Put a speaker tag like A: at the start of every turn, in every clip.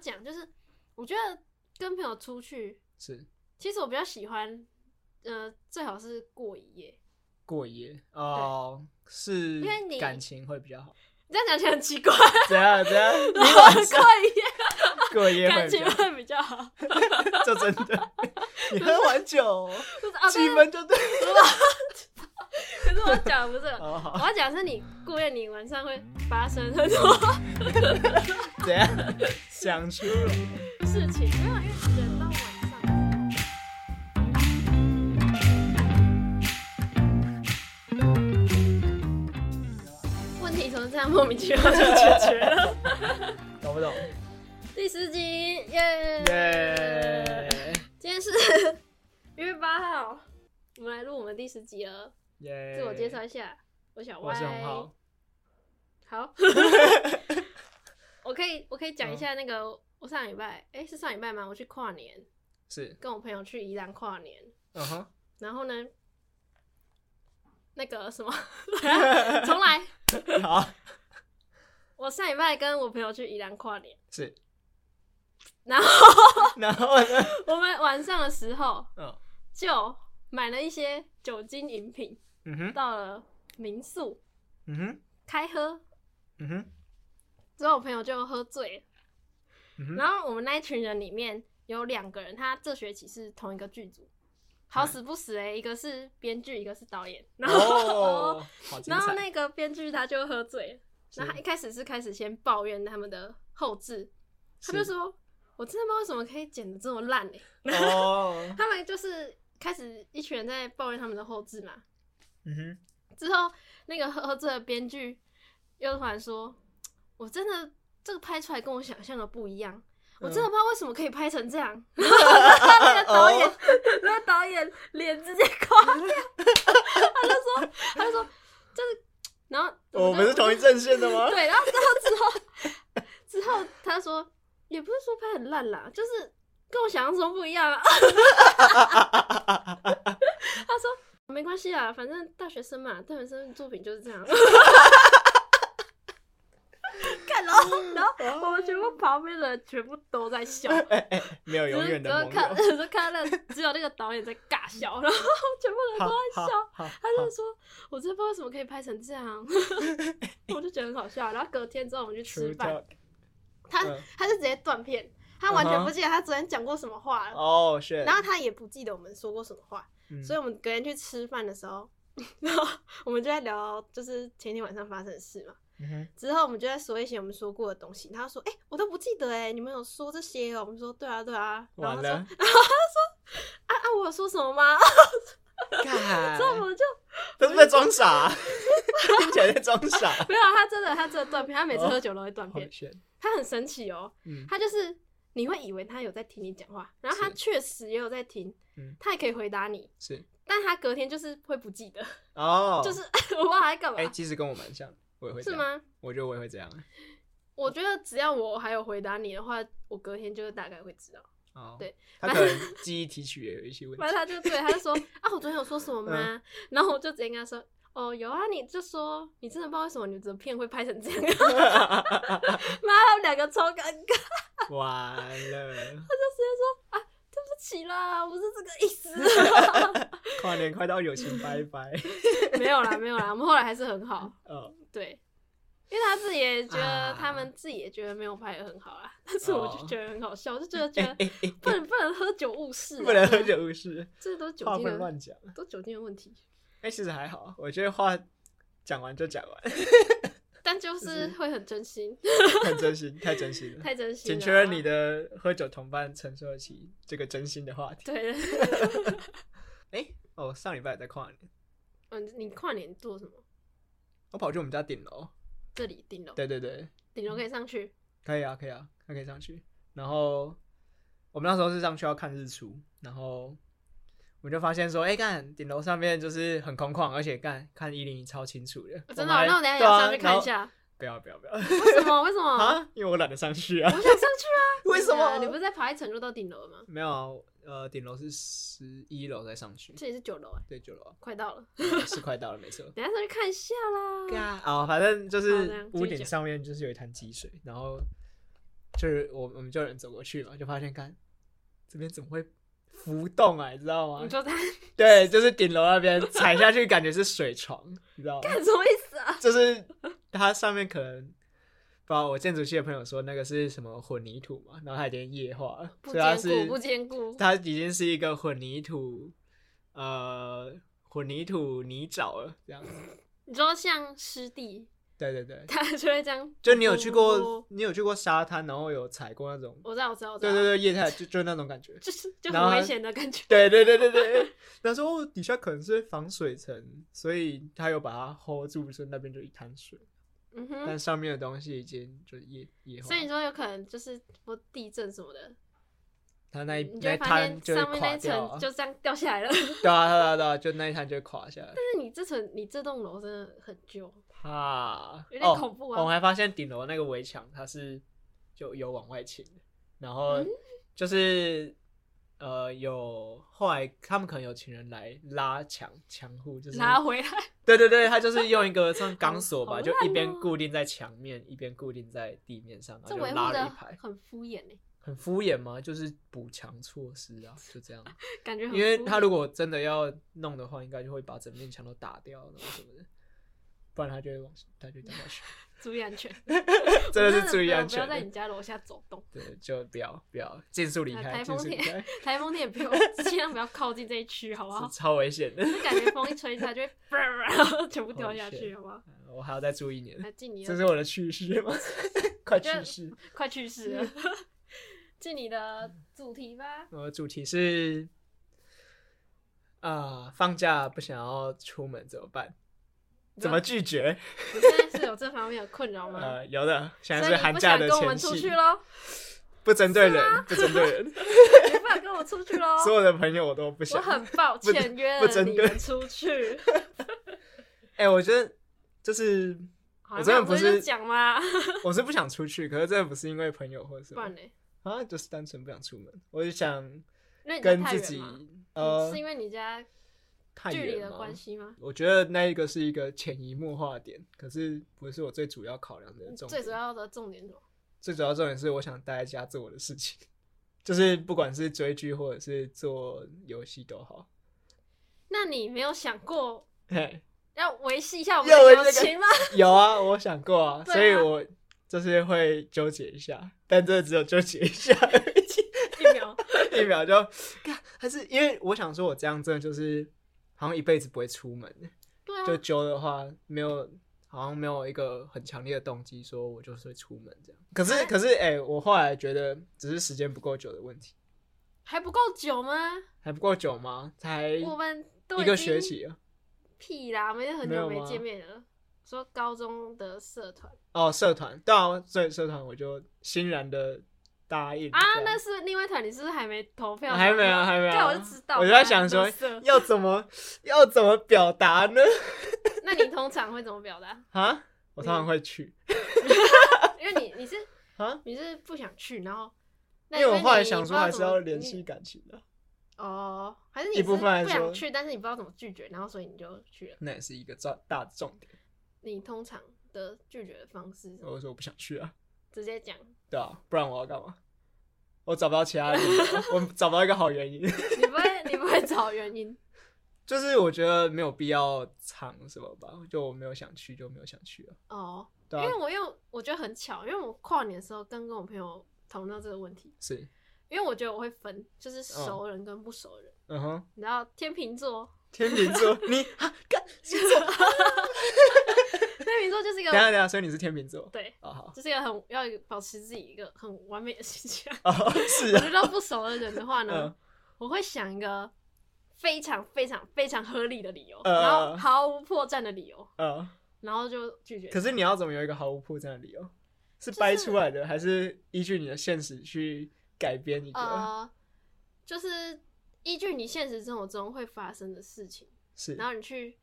A: 讲，就是我觉得跟朋友出去，
B: 是
A: 其实我比较喜欢，呃，最好是过一夜。
B: 过夜哦，是
A: 因为你
B: 感情会比较好。
A: 你这样讲起来很奇怪，
B: 怎样怎 样？你
A: 然后
B: 晚上
A: 过一夜
B: 过夜会
A: 感
B: 比
A: 情
B: 较好，
A: 会比较好。
B: 就真 的。你喝完酒，
A: 就是啊，
B: 气
A: 对
B: 氛就对。
A: 可是我讲的不是，
B: 哦，好
A: 我要讲的是你过夜，你晚上会发生很多
B: 怎样？想出了。
A: 事情，没有，因为人到晚上。问题从这样莫名其妙就解决了。
B: 懂不懂？
A: 第十集，耶、
B: 耶
A: 今天是一月八号，我们来录我们第十集了。
B: 耶！
A: 自我介绍，一下，我小
B: 我
A: 歪。
B: 是洪浩。
A: 好，我可以我可以讲一下那个，
B: 嗯
A: 我上礼拜哎、诶是上礼拜吗？我去跨年，
B: 是，
A: 跟我朋友去宜兰跨年，
B: 嗯哼，
A: 然后呢，那个什么， 重来。
B: 好，
A: 我上礼拜跟我朋友去宜兰跨年，
B: 是。
A: 然后
B: 然后呢？
A: 我们晚上的时候
B: 嗯
A: 就买了一些酒精饮品，
B: 嗯哼，
A: 到了民宿
B: 嗯哼，
A: 开喝，
B: 嗯哼，
A: 之后我朋友就喝醉了，
B: 嗯哼
A: 然后我们那一群人里面有两个人，他这学期是同一个剧组，好死不死哎、一个是编剧，一个是导演，然后、
B: 哦，好精
A: 然后
B: 彩。
A: 那个编剧他就喝醉了，然后他一开始是开始先抱怨他们的后置，他就是说我真的不知道为什么可以剪的这么烂哎、
B: 哦，
A: 他们就是开始一群人在抱怨他们的后置嘛，
B: 嗯哼，
A: 之后那个喝醉的编剧又突然说：“我真的这个拍出来跟我想象的不一样，我
B: 嗯
A: 真的不知道为什么可以拍成这 样。” 然后那个导演，
B: 哦
A: 那个导演脸直接垮掉，他就说：“他就说就是，然后
B: 哦我们是同一阵线的吗？
A: 对，然后之后之后之后他说也不是说拍很烂啦，就是跟我想象中不一样啊。 他说没关系啦，反正大学生嘛，大学生作品就是 这样。看， 然后然后我们全部旁边的人全部都在 笑。
B: 哎哎，没有
A: 只
B: 永
A: 是
B: 远
A: 只
B: 的
A: 有
B: 盟
A: 看，
B: 友。
A: 只是看了，只有那个导演在尬笑， 然后全部人都在笑。
B: 好，
A: 他就说：“我真不知道为什么可以拍成这 样。”我就觉得很好笑。然后隔天之后我们去吃 饭，他
B: 嗯
A: 他就直接断片，他完全
B: 嗯
A: 不
B: 哼
A: 记得他昨天讲过什么话了，
B: 哦，是。
A: 然后他也不记得我们说过什么话。
B: 嗯
A: 所以我们隔天去吃饭的时候， 然后我们就在聊，就是前天晚上发生的事嘛。
B: 嗯哼
A: 之后我们就在说一些我们说过的东西，他就说：“哎、我都不记得哎、你们有说这些哦、我们说：“对啊，对啊。”然后
B: 完
A: 他说
B: 了，：“
A: 啊啊，我有说什么吗？”
B: 干
A: 之，后我们就
B: 都是在装傻，听起来在装 傻。
A: 没有，啊他真的他真的断片，他每次喝酒都会断
B: 好
A: 片，
B: 炫，
A: 他很神奇哦、
B: 嗯，
A: 他就是你会以为他有在听你讲话，然后他
B: 是
A: 确实也有在听
B: 嗯，
A: 他也可以回答你，
B: 是
A: 但他隔天就是会不记得，
B: 哦，
A: 就是我不知道他在干嘛，
B: 哎，其实跟我蛮像的，我也会这
A: 是
B: 样？
A: 吗？
B: 我觉得我也会这样。啊
A: 我觉得只要我还有回答你的话，我隔天就是大概会知道。
B: 哦，
A: 对，
B: 他可能记忆提取也有一些问
A: 反
B: 题。
A: 正他就对，他就 说啊，我昨天有说什么
B: 嗯
A: 吗？然后我就直接跟他说。哦，有啊，你就说你真的不知道为什么你的片会拍成这样， 妈，他们两个超尴尬，
B: 完了，
A: 对不起啦，我不是这个意 思，啊
B: 跨年快到，友情拜拜。
A: 没有啦，没有啦，我们后来还是很好，
B: 哦，
A: 对，因为他自己也觉得，
B: 啊
A: 他们自己也觉得没有拍的很好啦，但是我就觉得很好笑，我就觉得觉
B: 哎
A: 得
B: 哎哎，
A: 不能不能喝酒误事啊，
B: 不能喝酒误事，
A: 这都是酒
B: 话
A: 精啊
B: 不能
A: 的，
B: 乱讲。
A: 都酒精的问题，
B: 哎，其实还好，我觉得话讲完就讲 完，
A: 但就是会很真心，
B: 很真心，太真心了。
A: 太真心了。
B: 嗯
A: 啊
B: 请确认你，的喝酒同伴承受得起这个真心的话题。
A: 对，
B: 哎、哦，上礼拜也在跨年，
A: 嗯，你跨年做什么？
B: 我跑去我们家顶楼。
A: 这里顶楼，
B: 对对对，
A: 顶楼可以上 去，
B: 可以啊，可以啊，那可以上去。然后我们那时候是上去要看日出，然后我就发现说，哎、干顶楼上面就是很空旷，而且干看一零一超清楚的。
A: 哦真的
B: 们
A: 哦，
B: 还
A: 那我等一下也
B: 对啊
A: 要上去看一。
B: 然后
A: 下。嗯
B: 不要不要不要
A: 为什么？为什么？
B: 啊！因为我懒得上去啊
A: 我。想上去啊！
B: 为什么？
A: 你不是在爬一层就到顶楼了吗？
B: 没有啊？呃，顶楼是十一楼再上去，
A: 这里是九楼，哎，
B: 对，九楼啊
A: 快到了，
B: 是快到了，没 错。
A: 等一下上去看一下啦。
B: 啊、哦，反正就
A: 好这
B: 是
A: 样继续
B: 屋顶
A: 讲
B: 上面就是有一潭积水，然后就是我我们就有人走过去嘛，就发现看这边怎么会浮动啊，你知道吗
A: 你？说他
B: 对，就是顶楼那边踩下去感觉是水床，你知道吗？
A: 干什么意思啊？
B: 就是它上面可能，不知道我建筑系的朋友说那个是什么混凝土嘛，然后它已经液化了，
A: 不
B: 所以它
A: 坚固，
B: 是
A: 不坚固。
B: 它已经是一个混凝土，呃，混凝土泥沼了这样子。
A: 你说像湿地，
B: 对对对，
A: 它就会这样。
B: 就你有去过，你有去过沙滩，然后有踩过那种，
A: 哦我知道，我知道，我知
B: 对
A: 道。
B: 对对，液态就就那种感觉。
A: 就是就
B: 然后
A: 很
B: 它
A: 危险的感觉。
B: 对对对对 对，那时候底下可能是防水层，所以它有把它 hold 住，所以那边就一滩水，
A: 嗯
B: 但
A: 哼，
B: 上面的东西已经就液液化
A: 所以你说有可能就是我地震什么的，
B: 它那一
A: 你就
B: 那
A: 会
B: 一
A: 发
B: 滩
A: 现
B: 就会
A: 上面那
B: 垮
A: 一
B: 掉
A: 层
B: 啊，
A: 就这样掉下来 了。但
B: 对啊对啊对啊，就那一滩就会垮 下来。
A: 是你这层你这栋楼真的很旧，
B: 啊，
A: 有点恐怖啊
B: 哦！我还发现顶楼那个围墙它是就有往外倾的，然后
A: 嗯
B: 就是、呃有后来他们可能有请人来拉墙墙户，就是
A: 拿回来
B: 对对对，它就是用一个像 钢索吧，
A: 好
B: 就一边
A: 好烂哦
B: 固定在墙面，一边固定在地面上， 然
A: 这
B: 后
A: 维
B: 就
A: 护
B: 拉
A: 的
B: 了一排，
A: 很敷衍欸呢、
B: 很敷衍嘛，就是补强措施啊，就这样。
A: 感觉很
B: 因为
A: 敷衍
B: 他如果真的要弄的话，应该就会把整面墙都打掉，然后什么的，不然他就会往他就掉下 去。
A: 注意安全，
B: 真的
A: 我
B: 是注意
A: 不要
B: 安
A: 不
B: 全欸
A: 要在你
B: 的。
A: 家楼下走 动，
B: 对，就不要不要尽速离
A: 啊
B: 开，
A: 台
B: 尽
A: 风
B: 速离
A: 天
B: 开，
A: 台风天也不 用，尽量不要靠近这一区，好不好
B: 是？超危险的。
A: 就感觉风一吹，它就 会，然后全部掉下去，好不好？
B: 嗯我还要再住一年，
A: 来敬你
B: 哦这
A: 的，
B: 是我的趣事吗？ 快去世！
A: 快去世 了，敬你的主题吧。
B: 我的主题是啊、放假不想要出门怎么办？ 怎么拒绝？
A: 你现在是有这方面的困扰吗？
B: 呃，有的，现在
A: 所以
B: 是
A: 你
B: 寒
A: 不
B: 假
A: 想
B: 的
A: 跟我们
B: 前
A: 出
B: 夕
A: 去，喽？
B: 不针对人，不针对 人，
A: 你不想跟我出去喽？
B: 所有的朋友我都不
A: 我
B: 想。
A: 很抱
B: 不
A: 歉约
B: 不
A: 了
B: 针
A: 你
B: 对
A: 们出 去。
B: 哎、我觉得就是
A: 好
B: 我真的不
A: 那
B: 是
A: 就讲嘛，
B: 我是不想出去，可是真的不是因为朋友或什
A: 不
B: 么
A: 然，呢？
B: 啊，就是单纯不想出门，我就想
A: 因为你家
B: 跟
A: 太
B: 自
A: 远
B: 己
A: 嘛
B: 呃
A: 是因为你家
B: 太
A: 距离
B: 远
A: 的
B: 吗
A: 关。系吗？
B: 我觉得那一个是一个潜移默化的点，可是不是我最主要考量的重点。
A: 嗯最主要的重点是什么？
B: 最主要重点是我想待在家做我的事情， 就是不管是追剧或者是做游戏都好。
A: 那你没有想过
B: 嘿，
A: 要维系一下我们
B: 要维
A: 的友
B: 系这个
A: 情 吗？
B: 有啊，我想过啊，
A: 对啊
B: 所以我就是会纠结一下，但这只有纠结 一下而已，
A: 一秒，
B: 一秒就，干还是因为我想说，我这样真的就是好像一辈子不会出门，
A: 对
B: 就
A: 啊，
B: 揪的话没有。好像没有一个很强烈的动机，说我就是会出门这样。可是，可是，哎、我后来觉得只是时间不够久的问题，
A: 还不够久吗？
B: 还不够久吗？才
A: 我们都
B: 一
A: 已
B: 个
A: 经
B: 学期啊
A: 屁啦，我们也很
B: 没有
A: 久
B: 吗
A: 没见面了。说高中的社团
B: 哦，社团对啊，所以社团我就欣然的答应
A: 啊，
B: 这样
A: 那是另外一团，你是不是还没投票？
B: 还没有还没有
A: 对，我就知道。
B: 我就在想说
A: 垃圾
B: 要怎么 要怎么表 达呢？
A: 那你通常会怎么表达？
B: 啊，我通常会去
A: 因为你你是
B: 啊，
A: 你是不想去，然后嗯那
B: 因为我
A: 你
B: 后来
A: 不
B: 想
A: 知
B: 说
A: 道
B: 还
A: 怎
B: 是
A: 么
B: 要联
A: 你
B: 系感情的，
A: 哦，还是你
B: 一部
A: 是
B: 分来
A: 不
B: 说
A: 想去，但是你不知道怎么拒绝，然后所以你就去了。
B: 那也是一个重大的重点。
A: 你通常的拒绝的方式是什么，
B: 我说我不想去啊，
A: 直接讲，
B: 对啊，不然我要干嘛？我找不到其他理由， 我找不到一个好原因，
A: 你不会你不会找原因，
B: 就是我觉得没有必要藏什么吧，就我没有想去就没有想去了，
A: 哦，
B: 对啊
A: 因为，我又我觉得很巧，因为我跨年的时候刚跟我朋友讨论到这个问题，
B: 是，
A: 因为我觉得我会分，就是熟人跟不熟人。
B: 嗯哼。
A: 你知道天秤座，
B: 天秤 座，你啊，干星座。
A: 天秤座就是一
B: 等一下
A: 个
B: 等一下，所以你是天秤座。
A: 对，
B: 哦好
A: 就是一个很要有保持自己一个很完美的形象。
B: 哦，是
A: 我
B: 啊，
A: 觉得不熟的人的话呢，
B: 嗯
A: 我会想一个非常非常非常合理的理由，
B: 呃
A: 然后毫无破绽的理由，
B: 嗯。
A: 然后就拒绝。
B: 可是你要怎么有一个毫无破绽的理由？是掰出来的，还是依据你的现实去改编一个？
A: 呃，就是依据你现实生活中会发生的事情，
B: 是
A: 然后你去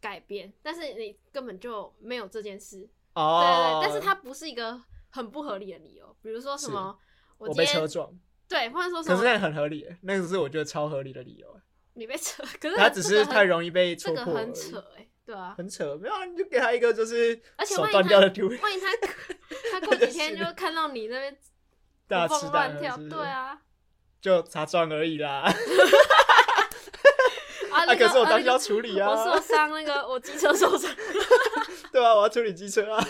A: 改变，但是你根本就没有这件事。对
B: 哦
A: 对对，，但是它不是一个很不合理的理由，比如说什么我
B: 我
A: 今
B: 被车
A: 天
B: 撞，
A: 对，或者说什
B: 可是那
A: 么
B: 个很合理耶，那个是我觉得超合理的理由耶。
A: 你被扯，可是
B: 他只
A: 这
B: 是
A: 个很
B: 太容易被
A: 这
B: 戳
A: 个
B: 破而
A: 很
B: 已，
A: 扯哎、对啊，
B: 很扯。没有啊，你就给他一个就是
A: 而且
B: 手
A: 万一
B: 断掉
A: 他
B: 的图片，
A: 万一他他过几
B: 真
A: 天
B: 是的
A: 就看到你那边
B: 大
A: 活
B: 吃
A: 蹦
B: 大
A: 乱
B: 喝，
A: 跳，
B: 是不是
A: 对， 啊，
B: 就擦撞而已啦。
A: 啊，
B: 啊，
A: 那个
B: 可是我
A: 啊
B: 当
A: 那
B: 时
A: 个
B: 要处理啊，
A: 我受伤，那个我机车受 伤，
B: 对啊，我要处理机 车啊。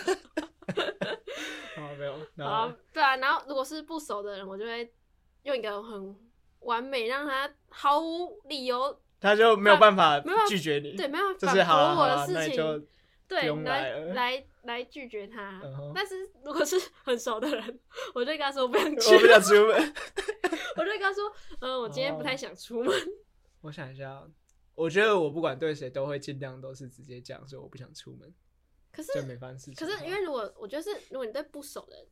B: 好，没有，然后
A: 啊，对啊，然后如果是不熟的人，我就会用一个很完美，让他毫无理由，
B: 他就没有办法
A: 没有办法
B: 拒绝你，
A: 对，没有
B: 就
A: 反
B: 是好啊
A: 驳
B: 好
A: 我
B: 啊
A: 的，
B: 那
A: 事
B: 你
A: 情，
B: 就不
A: 对
B: 用，来
A: 来
B: 了
A: 来来拒绝他。
B: 嗯哼
A: 但是如果是 很熟的人，我就会跟他说我不想去
B: 我，不想出门。
A: 我就会跟他说，嗯、我今天
B: 哦
A: 不太想出门。
B: 我想一下，啊我觉得我不管对谁都会尽量都是直接讲说我不想出门，
A: 可是
B: 就没办法事情
A: 可
B: 的话。
A: 是因为如果我觉得是，如果你对不熟的人，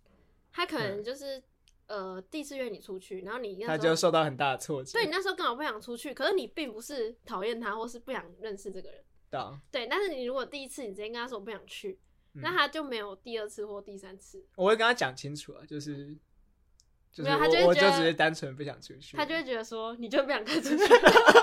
A: 他可能就是、呃第一次约你出去，然后你
B: 他
A: 那时
B: 就
A: 候
B: 受到很大的挫折，
A: 对你那时候刚好不想出去，可是你并不是讨厌他或是不想认识这个人，
B: 到
A: 对。但是你如果第一次你直接跟他说我不想去，
B: 嗯
A: 那他就没有第二次或第三次，
B: 我会跟他讲清楚啊，就是就是
A: 没有他
B: 我
A: 就会
B: 我
A: 觉
B: 就
A: 得
B: 只是单纯不想出去，
A: 他就会觉得说你就不想跟他出去，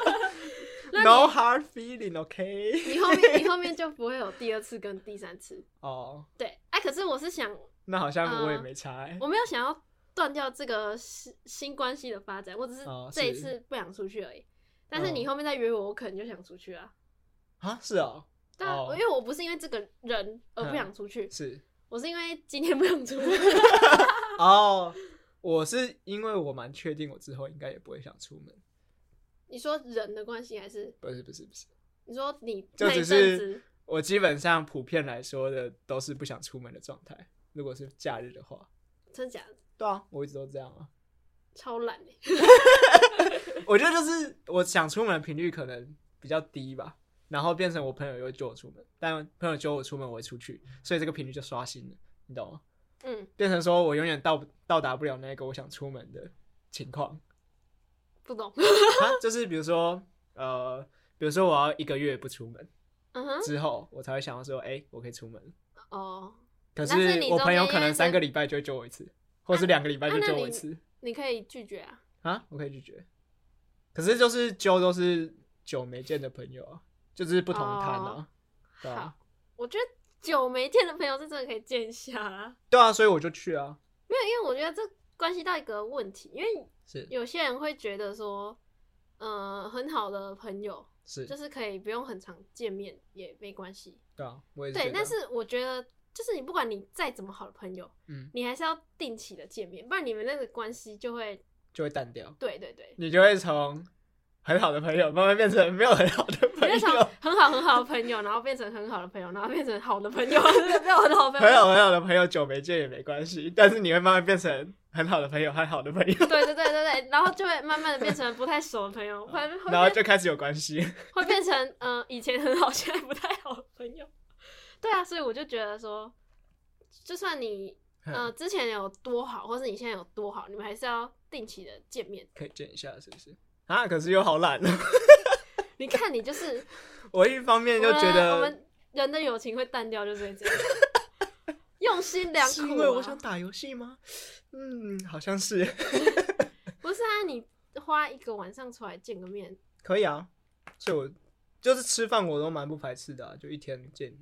A: 那你
B: no hard feeling，OK？
A: 你后面你后面就不会有第二次跟第三次。
B: 哦，
A: 对，哎、可是我是想，
B: 那好像我也
A: 嗯
B: 没差欸，
A: 我没有想要断掉这个新新关系的发展，我只是
B: 哦
A: 这一
B: 是
A: 次不想出去而已。但是
B: 嗯
A: 你后面再约我，我可能就想出去啊。
B: 啊，是哦，
A: 但、
B: 哦
A: 因为我不是因为这个人而不
B: 嗯
A: 想出去，
B: 是
A: 我是因为今天不想出去。
B: 哦。我是因为我蛮确定，我之后应该也不会想出门。
A: 你说人的关系还是
B: 不是不是不是，
A: 你说你
B: 就
A: 那一
B: 只
A: 阵
B: 是
A: 子？
B: 我基本上普遍来说的都是不想出门的状态。如果是假日的话，
A: 真假的
B: 对啊，我一直都这样啊。
A: 超懒欸
B: 我觉得就是我想出门的频率可能比较低吧，然后变成我朋友又揪我出门，但朋友揪我出门我会出去，所以这个频率就刷新了，你懂吗？
A: 嗯，
B: 变成说我永远到到达不了那个我想出门的情况。
A: 不懂。
B: 啊，就是比如说，呃，比如说我要一个月不出门
A: 嗯哼，
B: 之后，我才会想要说，哎、我可以出门。
A: 哦，
B: 可
A: 但是
B: 是
A: 你
B: 我
A: 中
B: 朋友
A: 间
B: 可
A: 因为
B: 能三
A: 是
B: 个礼拜就会揪我一次，或是两个礼拜
A: 啊
B: 就
A: 那
B: 揪我
A: 你
B: 一次
A: 你可以拒绝啊。
B: 啊，我可以拒绝。可是就是揪都是久没见的朋友啊，就是不同摊啊，对啊
A: 哦好，我觉得久没见的朋友是真的可以见一下啦。
B: 对啊，所以我就去啊，
A: 没有，因为我觉得这关系到一个问题，因为
B: 是
A: 有些人会觉得说，呃，很好的朋友
B: 是
A: 就，是可以不用很常见面也没关系。
B: 对啊，我也是
A: 对，
B: 觉得
A: 但
B: 啊
A: 是我觉得，就是你不管你再怎么好的朋友，
B: 嗯，
A: 你还是要定期的见面，不然你们那个关系就会，
B: 就会淡掉，
A: 对对对，
B: 你就会从很好的朋友慢慢变成没有很好的
A: 你
B: 朋
A: 就从
B: 友，
A: 很好很好的朋友，然后变成很好的朋友，然后变成好的朋 友，没有很好的朋
B: 很
A: 友，
B: 好很好的朋友久没见也没关系，但是你会慢慢变成很好的朋友和好的朋友，
A: 对对对对对，然后就会慢慢的变成不太熟的朋友，会会
B: 然后
A: 变
B: 就开始有关系。
A: 会变成嗯、呃以前很好，现在不太好的朋友。对啊，所以我就觉得说，就算你呃
B: 嗯
A: 之前有多好，或是你现在有多好，你们还是要定期的见面。
B: 可以见一下，是不是？啊，可是又好懒。
A: 你看， 你就是
B: 我一方面就觉
A: 我们我
B: 得，
A: 们人的友情会淡掉，就是这样。用心良
B: 是
A: 苦、啊，
B: 因为我想打游戏吗？嗯，好像是。
A: 不是啊，你花一个晚上出来见个面，
B: 可以啊，所以我就是吃饭我都蛮不排斥的啊、就一天见，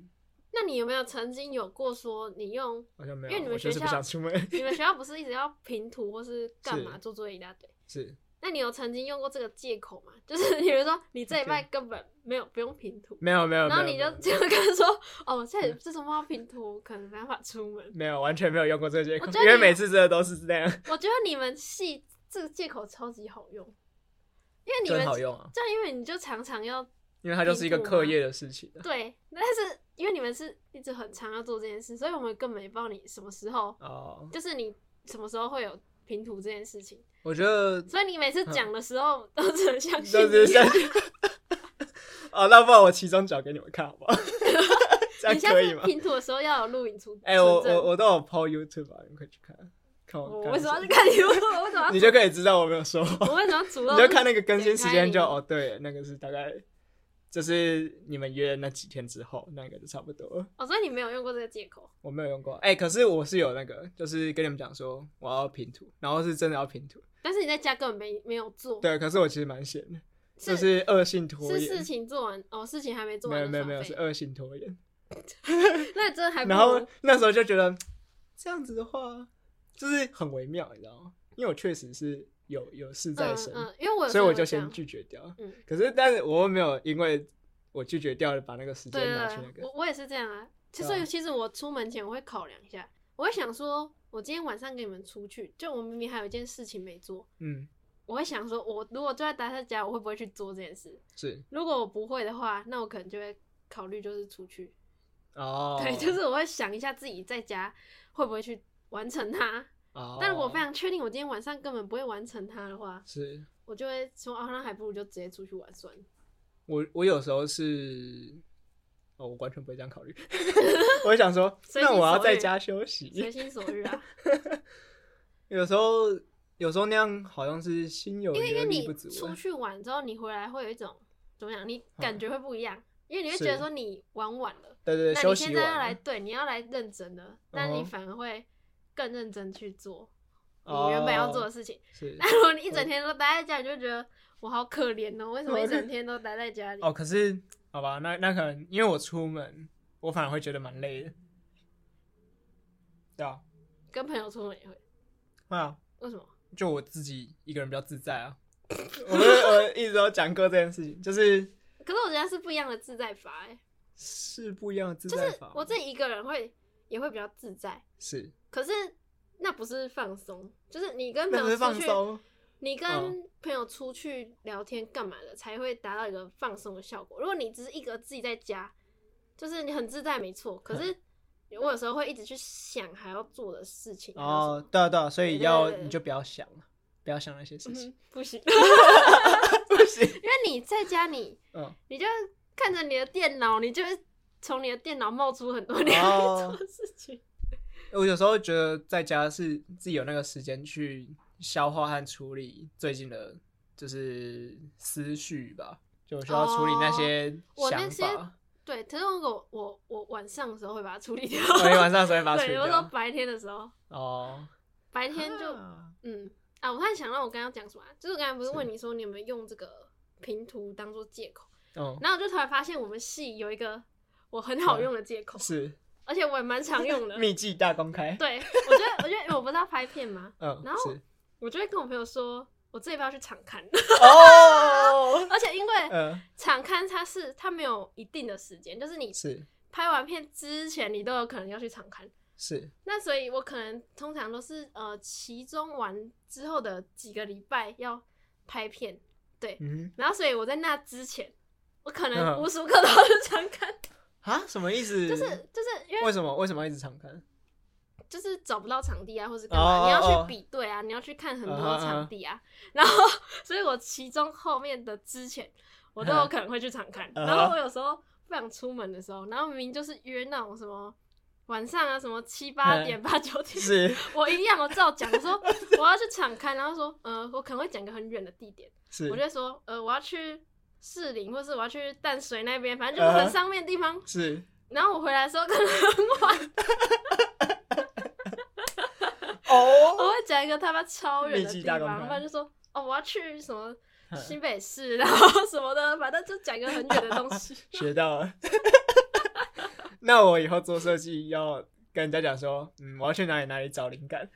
A: 那你有没有曾经有过说你用
B: 好像没有。
A: 因为你们
B: 我就是
A: 学
B: 不
A: 校
B: 想出门，
A: 你们学校不是一直要平图或是干嘛
B: 是
A: 做作业一大堆？
B: 是
A: 那你有曾经用过这个借口吗？就是 比如说你这一拜根本没有不用拼图，
B: 没有没有。
A: 然后
B: 没有
A: 你就
B: 没有
A: 就跟他说哦，我现在这种要拼图，可能没办法出门。
B: 没有完全没有用过这个借口
A: 我，觉
B: 因
A: 得
B: 为
A: 你
B: 每次真的都是这样，
A: 我觉得你们系这个借口超级好用，因为你
B: 就
A: 们
B: 很好用啊，
A: 这样，因为你就常常要
B: 因为它就是一个
A: 进步
B: 课
A: 吗
B: 业的事情啊。
A: 对，但是因为你们是一直很常要做这件事，所以我们根本也不知道你什么时候，
B: 哦，
A: 就是你什么时候会有拼图这件事情，
B: 我觉得
A: 所以你每次讲的时候都只能相信
B: 就
A: 你
B: 嗯是像，哦，那不然我其中脚给你们看好不 好？这
A: 你
B: 样
A: 下
B: 可以
A: 次
B: 吗？
A: 拼图的时候要有录影出。
B: 哎、我
A: 存证
B: 我我都有 PO YouTube 啊，你们可以去看。看我
A: 我
B: 干
A: 为什么要
B: 什
A: 去看你？ 我为什么要
B: 哦你就可以知道我没有说
A: 我
B: 谎。
A: 为什么要主动？
B: 你就看那个更新时间
A: 点
B: 就
A: 开你
B: 哦，对，那个是大概就是你们约的那几天之后，那个就差不多了。
A: 哦，所以你没有用过这个借口。
B: 我没有用过，哎、可是我是有那个，就是跟你们讲说我要拼图，然后是真的要拼图。
A: 但是你在家根本没没有做，
B: 对，可是我其实蛮闲的，就是是恶性拖
A: 是
B: 延。
A: 事情做完哦，事情还没做
B: 没
A: 完
B: 有
A: 就
B: 没有
A: 耍
B: 没有，
A: 废
B: 是恶性拖延。
A: 那真的还不
B: 然
A: 如
B: 后那时候就觉得这样子的话，就是很微妙，你知道吗？因为我确实是有有事在身，
A: 嗯嗯，因为我有
B: 所以
A: 时
B: 我
A: 候
B: 就
A: 这样
B: 先拒绝掉。
A: 嗯
B: 可是，但是我没有因为我拒绝掉了，把那个时
A: 对
B: 间拿去那
A: 对对，
B: 个
A: 我。我也是这样啊。其
B: 对啊
A: 实其实我出门前我会考量一下，我会想说，我今天晚上跟你们出去，就我明明还有一件事情没做，
B: 嗯，
A: 我会想说，我如果坐在达在家，我会不会去做这件事？
B: 是
A: 如果我不会的话，那我可能就会考虑就是出去。
B: 哦，
A: 对，就是我会想一下自己在家会不会去完成它。
B: 哦。
A: 但如果非常确定我今天晚上根本不会完成它的话，
B: 是
A: 我就会说啊，那还不如就直接出去玩 算了。
B: 我我有时候是，哦，我完全不会这样考 虑。我会想说，
A: 随
B: 那
A: 心
B: 我要
A: 所
B: 在
A: 欲
B: 家休息
A: 随。心所欲 啊，
B: 有时候，有时候那样好像是心有
A: 因为因为
B: 余而力
A: 你
B: 不足啊
A: 出
B: 了。
A: 去玩之后，你回来会有一种怎么讲，你感觉会不一 样，因为你会
B: 是
A: 觉得说你玩晚了，
B: 对对对，
A: 那
B: 休
A: 你
B: 息
A: 现在要来
B: 完
A: 对你要来认真的，那
B: 嗯
A: 你
B: 哼
A: 反而会更认真去做
B: 哦
A: 你原本要做的事 情。
B: 是
A: 那如果你一整天都待在家，你就觉得我好可怜哦，为什么一整天都待在家里？
B: 哦，可是好吧，那那可能因为我出门，我反而会觉得蛮累的。对啊，
A: 跟朋友出门也会，
B: 会啊，
A: 为什么？
B: 就我自己一个人比较自在啊。 我们我一直都讲过这件事情，就是
A: 可是我觉得是不一样的自在法、欸，
B: 是不一样的自
A: 就
B: 在
A: 是
B: 法。
A: 我自己一个人会也会比较自在，
B: 是
A: 可是那不是放松，就是你跟朋
B: 那
A: 友
B: 不是
A: 出
B: 放
A: 去，
B: 松。
A: 你
B: 嗯
A: 跟朋友出去聊天干嘛的，才会达到一个放松的效果。如果你只是一个自己在家，就是你很自在没 错，可是我有时候会一直去想还要做的事情。还有什么
B: 哦，，对啊，对啊，所以
A: 嗯对对
B: 要
A: 对对
B: 你就不要想了，不要想那些事情，
A: 嗯不行，
B: 不行。
A: 因为你在家你
B: 嗯，
A: 你就看着你的电脑，你就会从你的电脑冒出很多你要
B: 哦
A: 做的事情。
B: 我有时候觉得在家是自己有那个时间去消化和处理最近的，就是思绪吧，就我需要处理那些
A: 哦我那
B: 想
A: 些
B: 法。
A: 对，可是如果我我晚上的时候会把它处理掉。
B: 我哦晚上才会把它处 理
A: 对，我说
B: 掉。
A: 白天的时候，
B: 哦，
A: 白天就
B: 啊
A: 嗯啊，我突然想到我刚刚讲什么啊、就是我刚才不是
B: 是
A: 问你说你有没有用这个拼图当做借口，
B: 嗯，
A: 然后我就突然发现我们系有一个我很好用的借口，
B: 是
A: 而且我也蛮常用 的。
B: 秘技大公开。
A: 对，我觉得我觉得因为我不是要拍片嘛，
B: 嗯，
A: 然后
B: 是
A: 我就会跟我朋友说，我这一要去场刊，
B: 哦，
A: 而且因为
B: 嗯，
A: 场刊它是它没有一定的时间，就是你
B: 是
A: 拍完片之前你都有可能要去场刊。
B: 是
A: 那所以，我可能通常都是呃，其中完之后的几个礼拜要拍片，
B: 嗯
A: 然后，所以我在那之前，我可
B: 嗯
A: 能无时无刻都 是常看，
B: 啊，什么意思？
A: 就是就是因为
B: 为什么为什么要一直 常看？
A: 就是找不到场地啊，或是干
B: 哦哦
A: 嘛，你要
B: 哦
A: 去比对啊，你要去看很
B: 嗯嗯
A: 多
B: 嗯
A: 场地啊。然后，所以我其中后面的之前，我都有可能会去场看。
B: 嗯
A: 然后我有时候不想出门的时候，然后明明就是约那种什么晚上啊，什么七八
B: 嗯
A: 点、八九点，
B: 是
A: 我一样我照讲，我说 我要去场看，然后说呃，我可能会讲一个很远的地点。
B: 是，
A: 我就说，呃，我要去士林，或是我要去淡水那边，反正就是
B: 啊
A: 很上面的地方。
B: 是
A: 然后我回来的时候可能很晚，我
B: 哦，
A: 会讲一个他妈超远
B: 密
A: 的
B: 集
A: 地
B: 大
A: 方，
B: 公开
A: 不然就说，哦，我要去什么
B: 嗯
A: 新北市，然后什么的，反正就讲一个很远的东 西。
B: 学到了。那我以后做设计要跟人家讲说，嗯，我要去哪里哪里找灵感。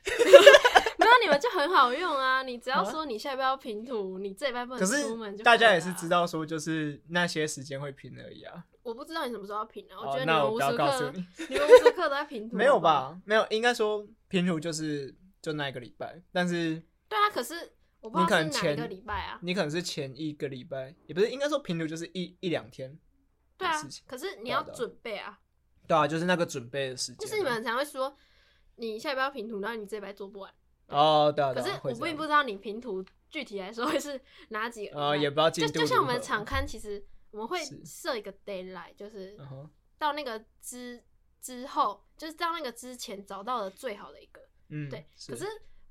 A: 没有，你们就很好用啊！你只要说你下一步要拼图， 你这一拜不
B: 可
A: 能
B: 是
A: 嗯出门就、啊
B: 大家也是知。道说，就是那些时间会拼而已啊。
A: 我不知道你什么时候要拼啊，
B: 哦
A: 觉得你
B: 那
A: 们
B: 我
A: 无
B: 不要
A: 时
B: 告诉
A: 刻，
B: 你
A: 你们无时刻都在拼图，
B: 没有
A: 好不好？
B: 吧？没有，应该说拼图就是就那一个礼拜，但是
A: 对啊，可是我不
B: 你
A: 知
B: 可
A: 道是
B: 能
A: 哪一
B: 前嗯
A: 个礼拜啊。
B: 你可能是前一个礼拜，也不是，应该说拼图就是一一两天。
A: 对啊
B: 事情，
A: 可是你
B: 对啊
A: 要
B: 对啊
A: 准备啊。
B: 对啊，就是那个准备的时间啊。
A: 就是你们很常会说，你下礼拜要平图，然后你这礼拜做不完。
B: 哦，对啊，
A: 可
B: 对啊
A: 是
B: 会
A: 我
B: 这
A: 并
B: 样
A: 不知道你平图具体来说会是哪几个礼拜。
B: 呃，也不知道进
A: 就
B: 度
A: 就像我
B: 如
A: 们
B: 何
A: 场，刊，其实我们会
B: 是
A: 设一个 d a y l i g h t 就是
B: 嗯哼
A: 到那个之之后，就是到那个之前找到的最好的一个。
B: 嗯，
A: 对，可是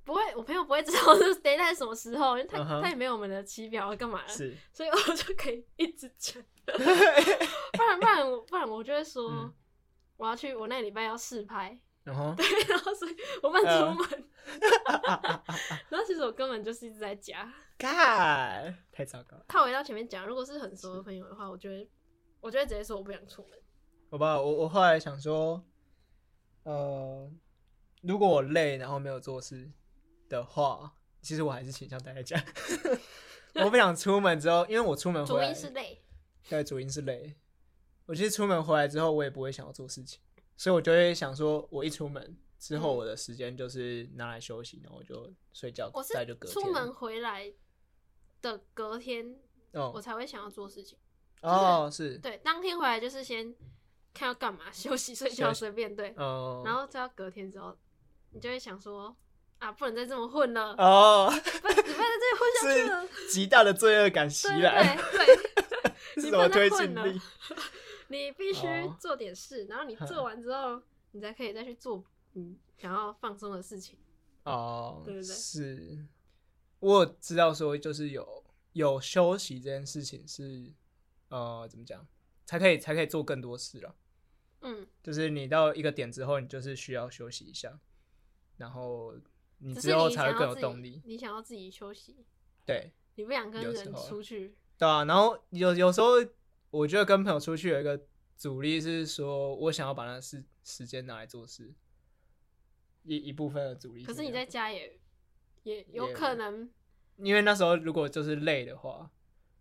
A: 不会，我朋友不会知道 这 d a y l i g h t 什么时候，因为他、
B: 嗯哼
A: 他也没有我们的期表啊干嘛的，
B: 是
A: 所以我就可以一直 讲。不然不然我不然我就会说，
B: 嗯
A: 我要去，我那礼拜要试拍。
B: 然后
A: 然后所以我不能出门。
B: 嗯
A: 然后其实我根本就是一直在家。
B: God，太糟糕了。
A: 套回到前面讲，如果是很熟的朋友的话，我就会，我就会直接说我不想出门。
B: 好吧，我我后来想说，呃，如果我累然后没有做事的话，其实我还是倾向待在家。 我不想出门之后，因为我出门
A: 主
B: 回来
A: 因是累，
B: 对，主因是累。我其实出门回来之后，我也不会想要做事情，所以我就会想说，我一出门之后，
A: 嗯
B: 我的时间就是拿来休息，然后我就睡觉，
A: 我是
B: 再就隔天。
A: 出门回来的隔天，我
B: 哦
A: 才会想要做事情。
B: 哦是，
A: 对，当天回来就是先看要干嘛，休息、睡
B: 休
A: 觉，
B: 息
A: 随便对。
B: 哦，
A: 然后再到隔天之后，你就会想说啊，不能再这么混 了，
B: 哦，
A: 不，你不能再这样混下去了。
B: 是极大的罪恶感袭
A: 对
B: 来，
A: 对对，
B: 是
A: 你
B: 什
A: 不
B: 么
A: 能再
B: 推进
A: 混了
B: 力？
A: 你必须
B: 哦
A: 做点事，然后你做完之后，你才可以再去做你想要放松的事情。
B: 哦，
A: 对不对
B: 是，我有知道说就是有有休息这件事情是呃怎么讲，才可以才可以做更多事了。
A: 嗯，
B: 就是你到一个点之后，你就是需要休息一下，然后你
A: 只
B: 之
A: 是
B: 后
A: 你
B: 才
A: 想
B: 会更
A: 要
B: 有
A: 自
B: 动
A: 己
B: 力，。
A: 你想要自己休息，
B: 对
A: 你不想跟
B: 有时
A: 人
B: 候啊
A: 出去。
B: 对啊，然后有有时候我觉得跟朋友出去有一个阻力是说，我想要把那时时间拿来做事，一一部分的阻力
A: 可
B: 这
A: 是你
B: 样
A: 在家也也有
B: 也
A: 可能，
B: 因为那时候如果就是累的话，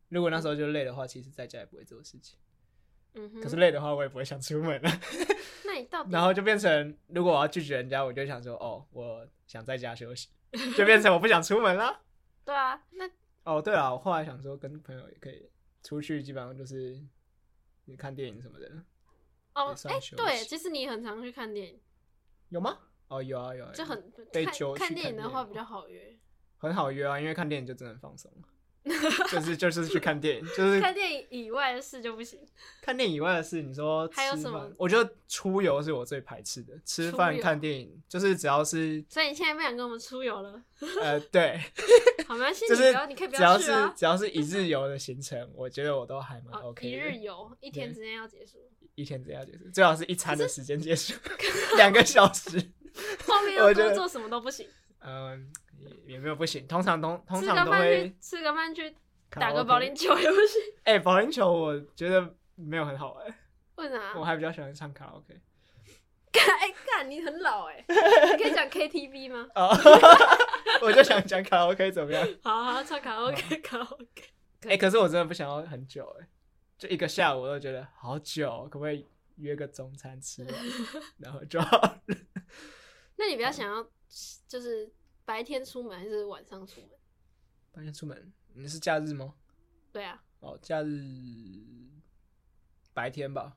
B: 如果那时候就累的话，其实在家也不会做事情。
A: 嗯哼。
B: 可是累的话，我也不会想出门了。
A: 那你到底
B: 然后就变成，如果我要拒绝人家，我就想说，哦，我想在家休息，就变成我不想出门啦。
A: 对啊？那
B: 哦，对了，我后来想说，跟朋友也可以出去，基本上就是你看电影什么的，
A: 哦
B: 也，算
A: 哎、
B: 休息
A: 对，其实你也很常去看电影，
B: 有吗？哦，有啊有啊，有啊
A: 就很
B: 被
A: 看
B: 揪去
A: 看
B: 看
A: 电影的
B: 电
A: 话
B: 影
A: 比较好约。
B: 很好约啊，因为看电影就真的很放松，啊 就是就是去看电影，就是
A: 看电影以外的事就不行。
B: 看电影以外的事，你说
A: 还有
B: 吃
A: 什么
B: 饭我觉得出游是我最排斥的，吃饭
A: 出游
B: 看电影就是只要 是
A: 所以你现在不想跟我们出游了，
B: 呃对，
A: 好，没关系，
B: 就
A: 你
B: 是
A: 不要，你可以不
B: 只要
A: 去
B: 是
A: 啊。
B: 只要是一日游的行程，我觉得我都还蛮
A: 哦
B: 啊 OK
A: 一
B: 的。
A: 日游，一天
B: 对
A: 之内要结 束，
B: 一天只要结束，最好是一餐的时间 结束，两个小时。
A: 后面
B: 我
A: 要
B: 觉得
A: 多做什么都不行。
B: 嗯，也也没有不行，通常通通
A: 吃
B: 常
A: 个
B: 都
A: 饭
B: 会
A: 去，吃个饭去，
B: 卡拉
A: 打个
B: OK
A: 保龄。球也不行。
B: 哎、保龄球我觉得没有很 好玩，
A: 为啥
B: 我？还比较喜欢唱卡拉 OK。
A: 干哎干，你很老 哎，你可以讲 KTV 吗？
B: 哦，我就想讲卡拉 OK 怎么 样？
A: 好好唱卡拉 OK，卡拉 OK。
B: 哎、可是我真的不想要很久、哎，就一个下午我都觉得好久哦，可不可以约个中餐 吃完，然后就好了
A: 那你比较想要就是白天出门还是晚上出门？
B: 白天出门？你是哦假日吗？
A: 对啊，
B: 哦，假日白天吧。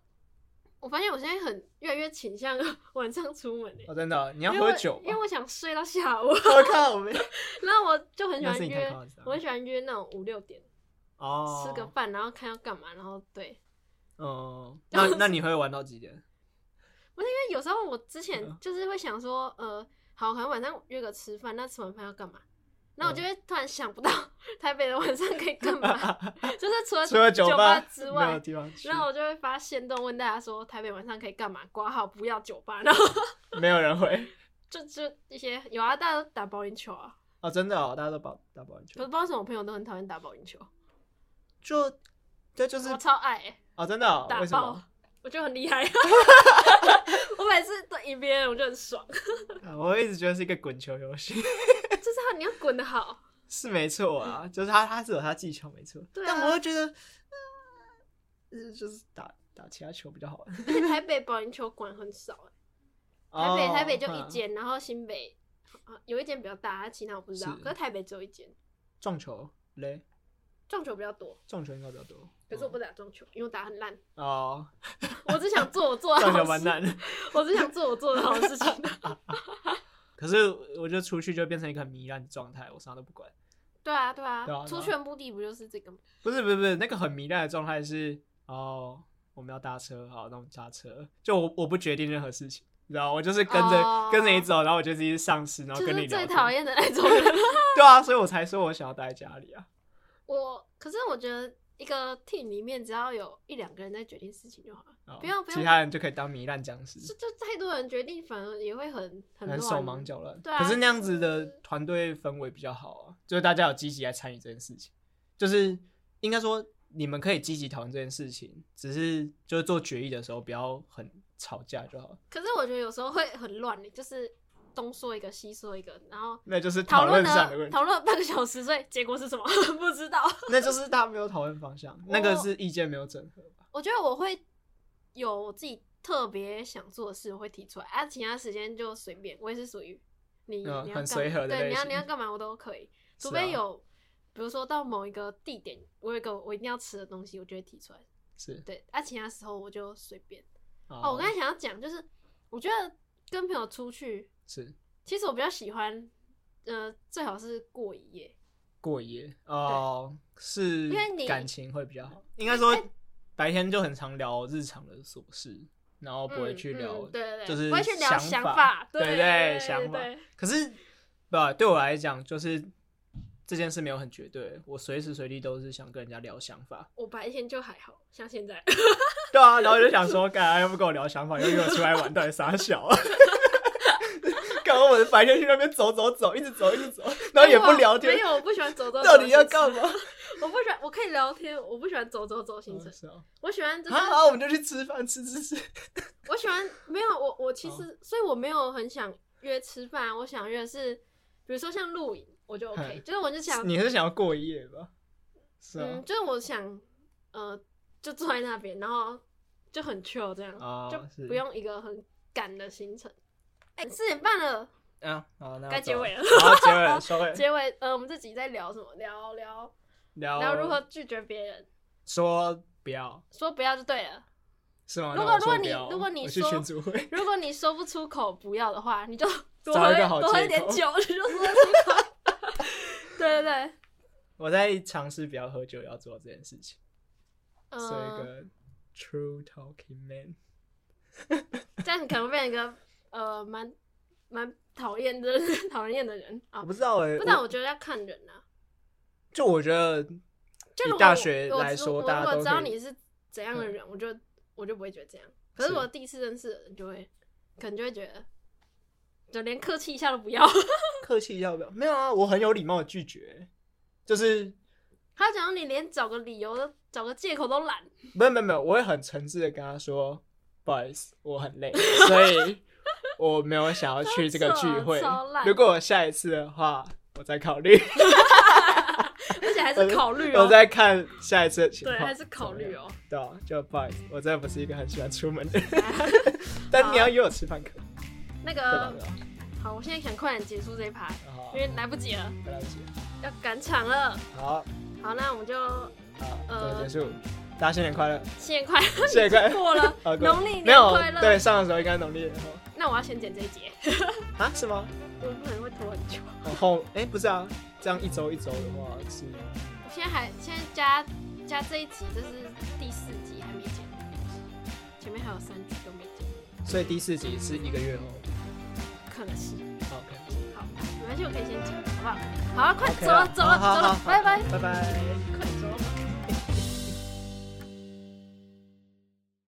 A: 我发现我现在很越来越倾向 晚上出门诶、欸
B: 哦，真的哦、你要
A: 因为我
B: 喝酒
A: 因为
B: 吧？
A: 我想睡到下午，
B: 我靠，我没
A: 然后我就很喜
B: 那是
A: 欢
B: 你太
A: 约
B: 夸张，
A: 我很喜欢约那种五六点、
B: 哦，
A: 吃个饭，然后看要干嘛，然后对，
B: 哦， 那那你会玩到几点？
A: 因为有时候我之前
B: 嗯
A: 就是会想说，呃，好，可能晚上约个吃饭，那吃完饭要干嘛？那
B: 嗯
A: 我就会突然想不到 台北的晚上可以干嘛， 就是 除了
B: 除了酒吧
A: 之
B: 没有
A: 外，
B: 地方去，
A: 然后我就会发现动问大家说台北晚上可以干嘛，挂号不要酒吧，然 后
B: 没有人会。
A: 就就一些有啊，大家都打保龄球啊，
B: 哦，真的哦，大家都打打保龄
A: 可是不
B: 球，
A: 知道为什么我朋友都很讨厌打保龄球，
B: 就这就是
A: 我超爱、欸、
B: 哦，真的哦，
A: 打
B: 为什
A: 爆
B: 么？，
A: 我就很厉害，我每次都赢别人我就很爽，
B: 啊我一直觉得是一个滚球游戏，
A: 就是他你要滚得好，
B: 是没错啊，就是他他是有他技巧没错，
A: 对啊
B: 但我又觉得，呃就是打打其他球比较好玩。
A: 而且台北保龄球馆很少、欸台北、
B: 哦
A: 台北就一
B: 嗯
A: 间，然后新北啊有一间比较大，其他我不知道。
B: 是
A: 可是台北只有一间，
B: 撞球嘞，
A: 撞球比较多。
B: 撞球应该比较多。
A: 可是我不
B: 嗯
A: 打撞球，因为我打很烂。
B: 哦，
A: 我只想做我做的
B: 撞球
A: 好
B: 蛮
A: 事，
B: 难的。
A: 我只想做我做的好事情。
B: 可是我就出去就变成一个糜烂的状态，我啥都不管。
A: 对啊，对啊
B: 对啊，
A: 出去的目的不就是这个吗？
B: 不是不是不是，那个很糜烂的状态是哦，我们要搭车，好，那我们搭车。就我我不决定任何事情，你知道吗，我就是跟着、
A: 哦
B: 跟着你走，然后我就自己上司，然后
A: 就
B: 跟你
A: 是
B: 聊
A: 最
B: 天。
A: 讨厌的那种人。
B: 对啊，所以我才说我想要待在家里啊。
A: 我可是我觉得一个 team 里面只要有一两个人在决定事情就好了，
B: 哦
A: 不要不要
B: 其他人就可以当糜烂僵尸，
A: 就就太多人决定反而也会很很
B: 很
A: 乱。
B: 手忙脚乱。
A: 对啊
B: 可是那样子的团队氛围比较好啊，就是大家有积极来参与这件事情，就是应该说你们可以积极讨论这件事情，只是就是做决议的时候不要很吵架就好了。
A: 可是我觉得有时候会很乱，就是东说一个西说一个，然后
B: 那就是
A: 讨
B: 论
A: 论
B: 上的问
A: 了
B: 题，
A: 讨论了半个小时，所以结果是什么 不知道。
B: 那就是大家没有讨论方向，那个是意见没有整合吧？
A: 我觉得我会有我自己特别想做的事，我会提出来啊，其他时间就随便。我也是属于你、
B: 嗯
A: 你要
B: 很
A: 干
B: 随和的
A: 对，
B: 类
A: 你要
B: 型
A: 你要干嘛我都可以，除
B: 是啊
A: 非有、比如说到某一个地点，我有一个我一定要吃的东西，我就会提出来。
B: 是
A: 对，啊，其他时候我就随便。
B: 哦
A: 哦，我刚才想要讲就是，我觉得跟朋友出去，
B: 是
A: 其实我比较喜欢，呃，最好是过一夜。
B: 过夜哦，是
A: 因为你哎
B: 感情会比较好，应该说白天就很常聊日常的琐事，然哦后不会
A: 嗯
B: 去
A: 嗯
B: 聊，
A: 对对对
B: 就是
A: 不会去聊
B: 想
A: 想
B: 法
A: 法，
B: 对
A: 对
B: 对
A: 对
B: 想法
A: 对。
B: 可是吧，对我来讲，就是这件事没有很绝对，我随时随地都是想跟人家聊想法，
A: 我白天就还好，像现在，
B: 对啊，然后我就想说，干又不跟我聊想法，又约我出来玩，到底傻小啊？ 搞得我白天去那边走走走，一直走一直走， 然后也不聊天
A: 没，有，我不喜欢走走。
B: 到底要干嘛？？
A: 我不喜欢，我可以聊天，我不喜欢走走走行程
B: 嗯，是啊
A: 我喜哦欢就是
B: 好，好我们就去吃饭，吃吃吃。
A: 我喜欢没有我我
B: 哦
A: 其实，所以我没有很想约吃饭，啊我想约的是，比如说像露营，我就 OK，
B: 嗯
A: 就是我就想，
B: 你是想要过夜吧？是啊
A: 嗯，，就是我想，呃，就坐在那边，然后就很 chill 这样，
B: 哦
A: 嗯就是不用一个很赶的行程。哎、四点半了，
B: 啊，好，那
A: 该结尾了。
B: 好，结尾了，收 尾。
A: 结尾，呃，我们这集在聊什么？聊聊
B: 聊
A: 聊如何拒绝别人，
B: 说不要
A: 说不要就对了。
B: 是吗？
A: 如果
B: 那我
A: 如
B: 说
A: 果你
B: 不要
A: 如果你
B: 我去
A: 说
B: 群组会，
A: 如果你说不出口不要的话，你就多
B: 找
A: 喝
B: 一个好
A: 多喝一
B: 借
A: 点
B: 口
A: 酒，你就说得出口。 对对对，
B: 我在尝试不要喝酒，要做这件事情，
A: 嗯、
B: 做一个 true talking man。
A: 这样你可能会变成一个呃蛮蛮讨厌的 讨人厌的人啊。
B: 我不知道哎，
A: 不然
B: 我
A: 我觉得要看人啊。
B: 就我觉得
A: 就
B: 以
A: 如果
B: 大
A: 我
B: 学
A: 我
B: 来
A: 知
B: 说，
A: 我
B: 大
A: 如
B: 家
A: 果
B: 都
A: 知道
B: 可以
A: 你是怎样的人，我就我就不会觉得这样。可是
B: 是
A: 我第一次认识的人就会，可能就会觉得，就连客气一下都不要。
B: 客气要不要？没有啊，我很有礼貌的拒绝，欸就是
A: 他讲你连找个理由都找个借口都懒，
B: 没有没有没有，我会很诚挚的跟他说，不好意思，我很 累，所以我没有想要去这个聚会
A: 超超。烂
B: 如果我下一次的话，我再考虑，
A: 而且还是考虑哦、
B: 我再看下一次的情
A: 对，
B: 况。
A: 还是考虑哦、
B: 怎么样。对啊，就不好意思，我真的不是一个很喜欢出门的人。
A: 啊
B: 但你要约我吃饭可以，
A: 那
B: 对吧
A: 个？
B: 对吧
A: 好，我现在想快点结束这一趴，
B: 好啊
A: 嗯因，为来不及了，
B: 不了解。
A: 要赶场了。
B: 好，
A: 好，那我们就
B: 好，
A: 呃
B: 这结束，大家新年快乐，
A: 新年快乐，
B: 新年快乐。
A: 过了
B: 好过
A: 农历
B: 没
A: 年
B: 有
A: 快乐。
B: 对，上的时候应该农历年后
A: 那我要先剪这一节，
B: 啊？是吗？
A: 我可能会拖很久。
B: 然后哎，不是啊，这样一周一周的话是
A: 我现在还现在加加这一集，这是第四集还没剪，前面还有三集都没剪，
B: 所以第四集是一个月后。
A: 可能是
B: OK，
A: 好，没关系，我可以先剪，好不好？好，快哎
B: OK
A: 走了啊
B: 啦
A: 走了
B: 好好
A: 走
B: 好
A: 了
B: 好，
A: 拜拜。
B: 拜拜。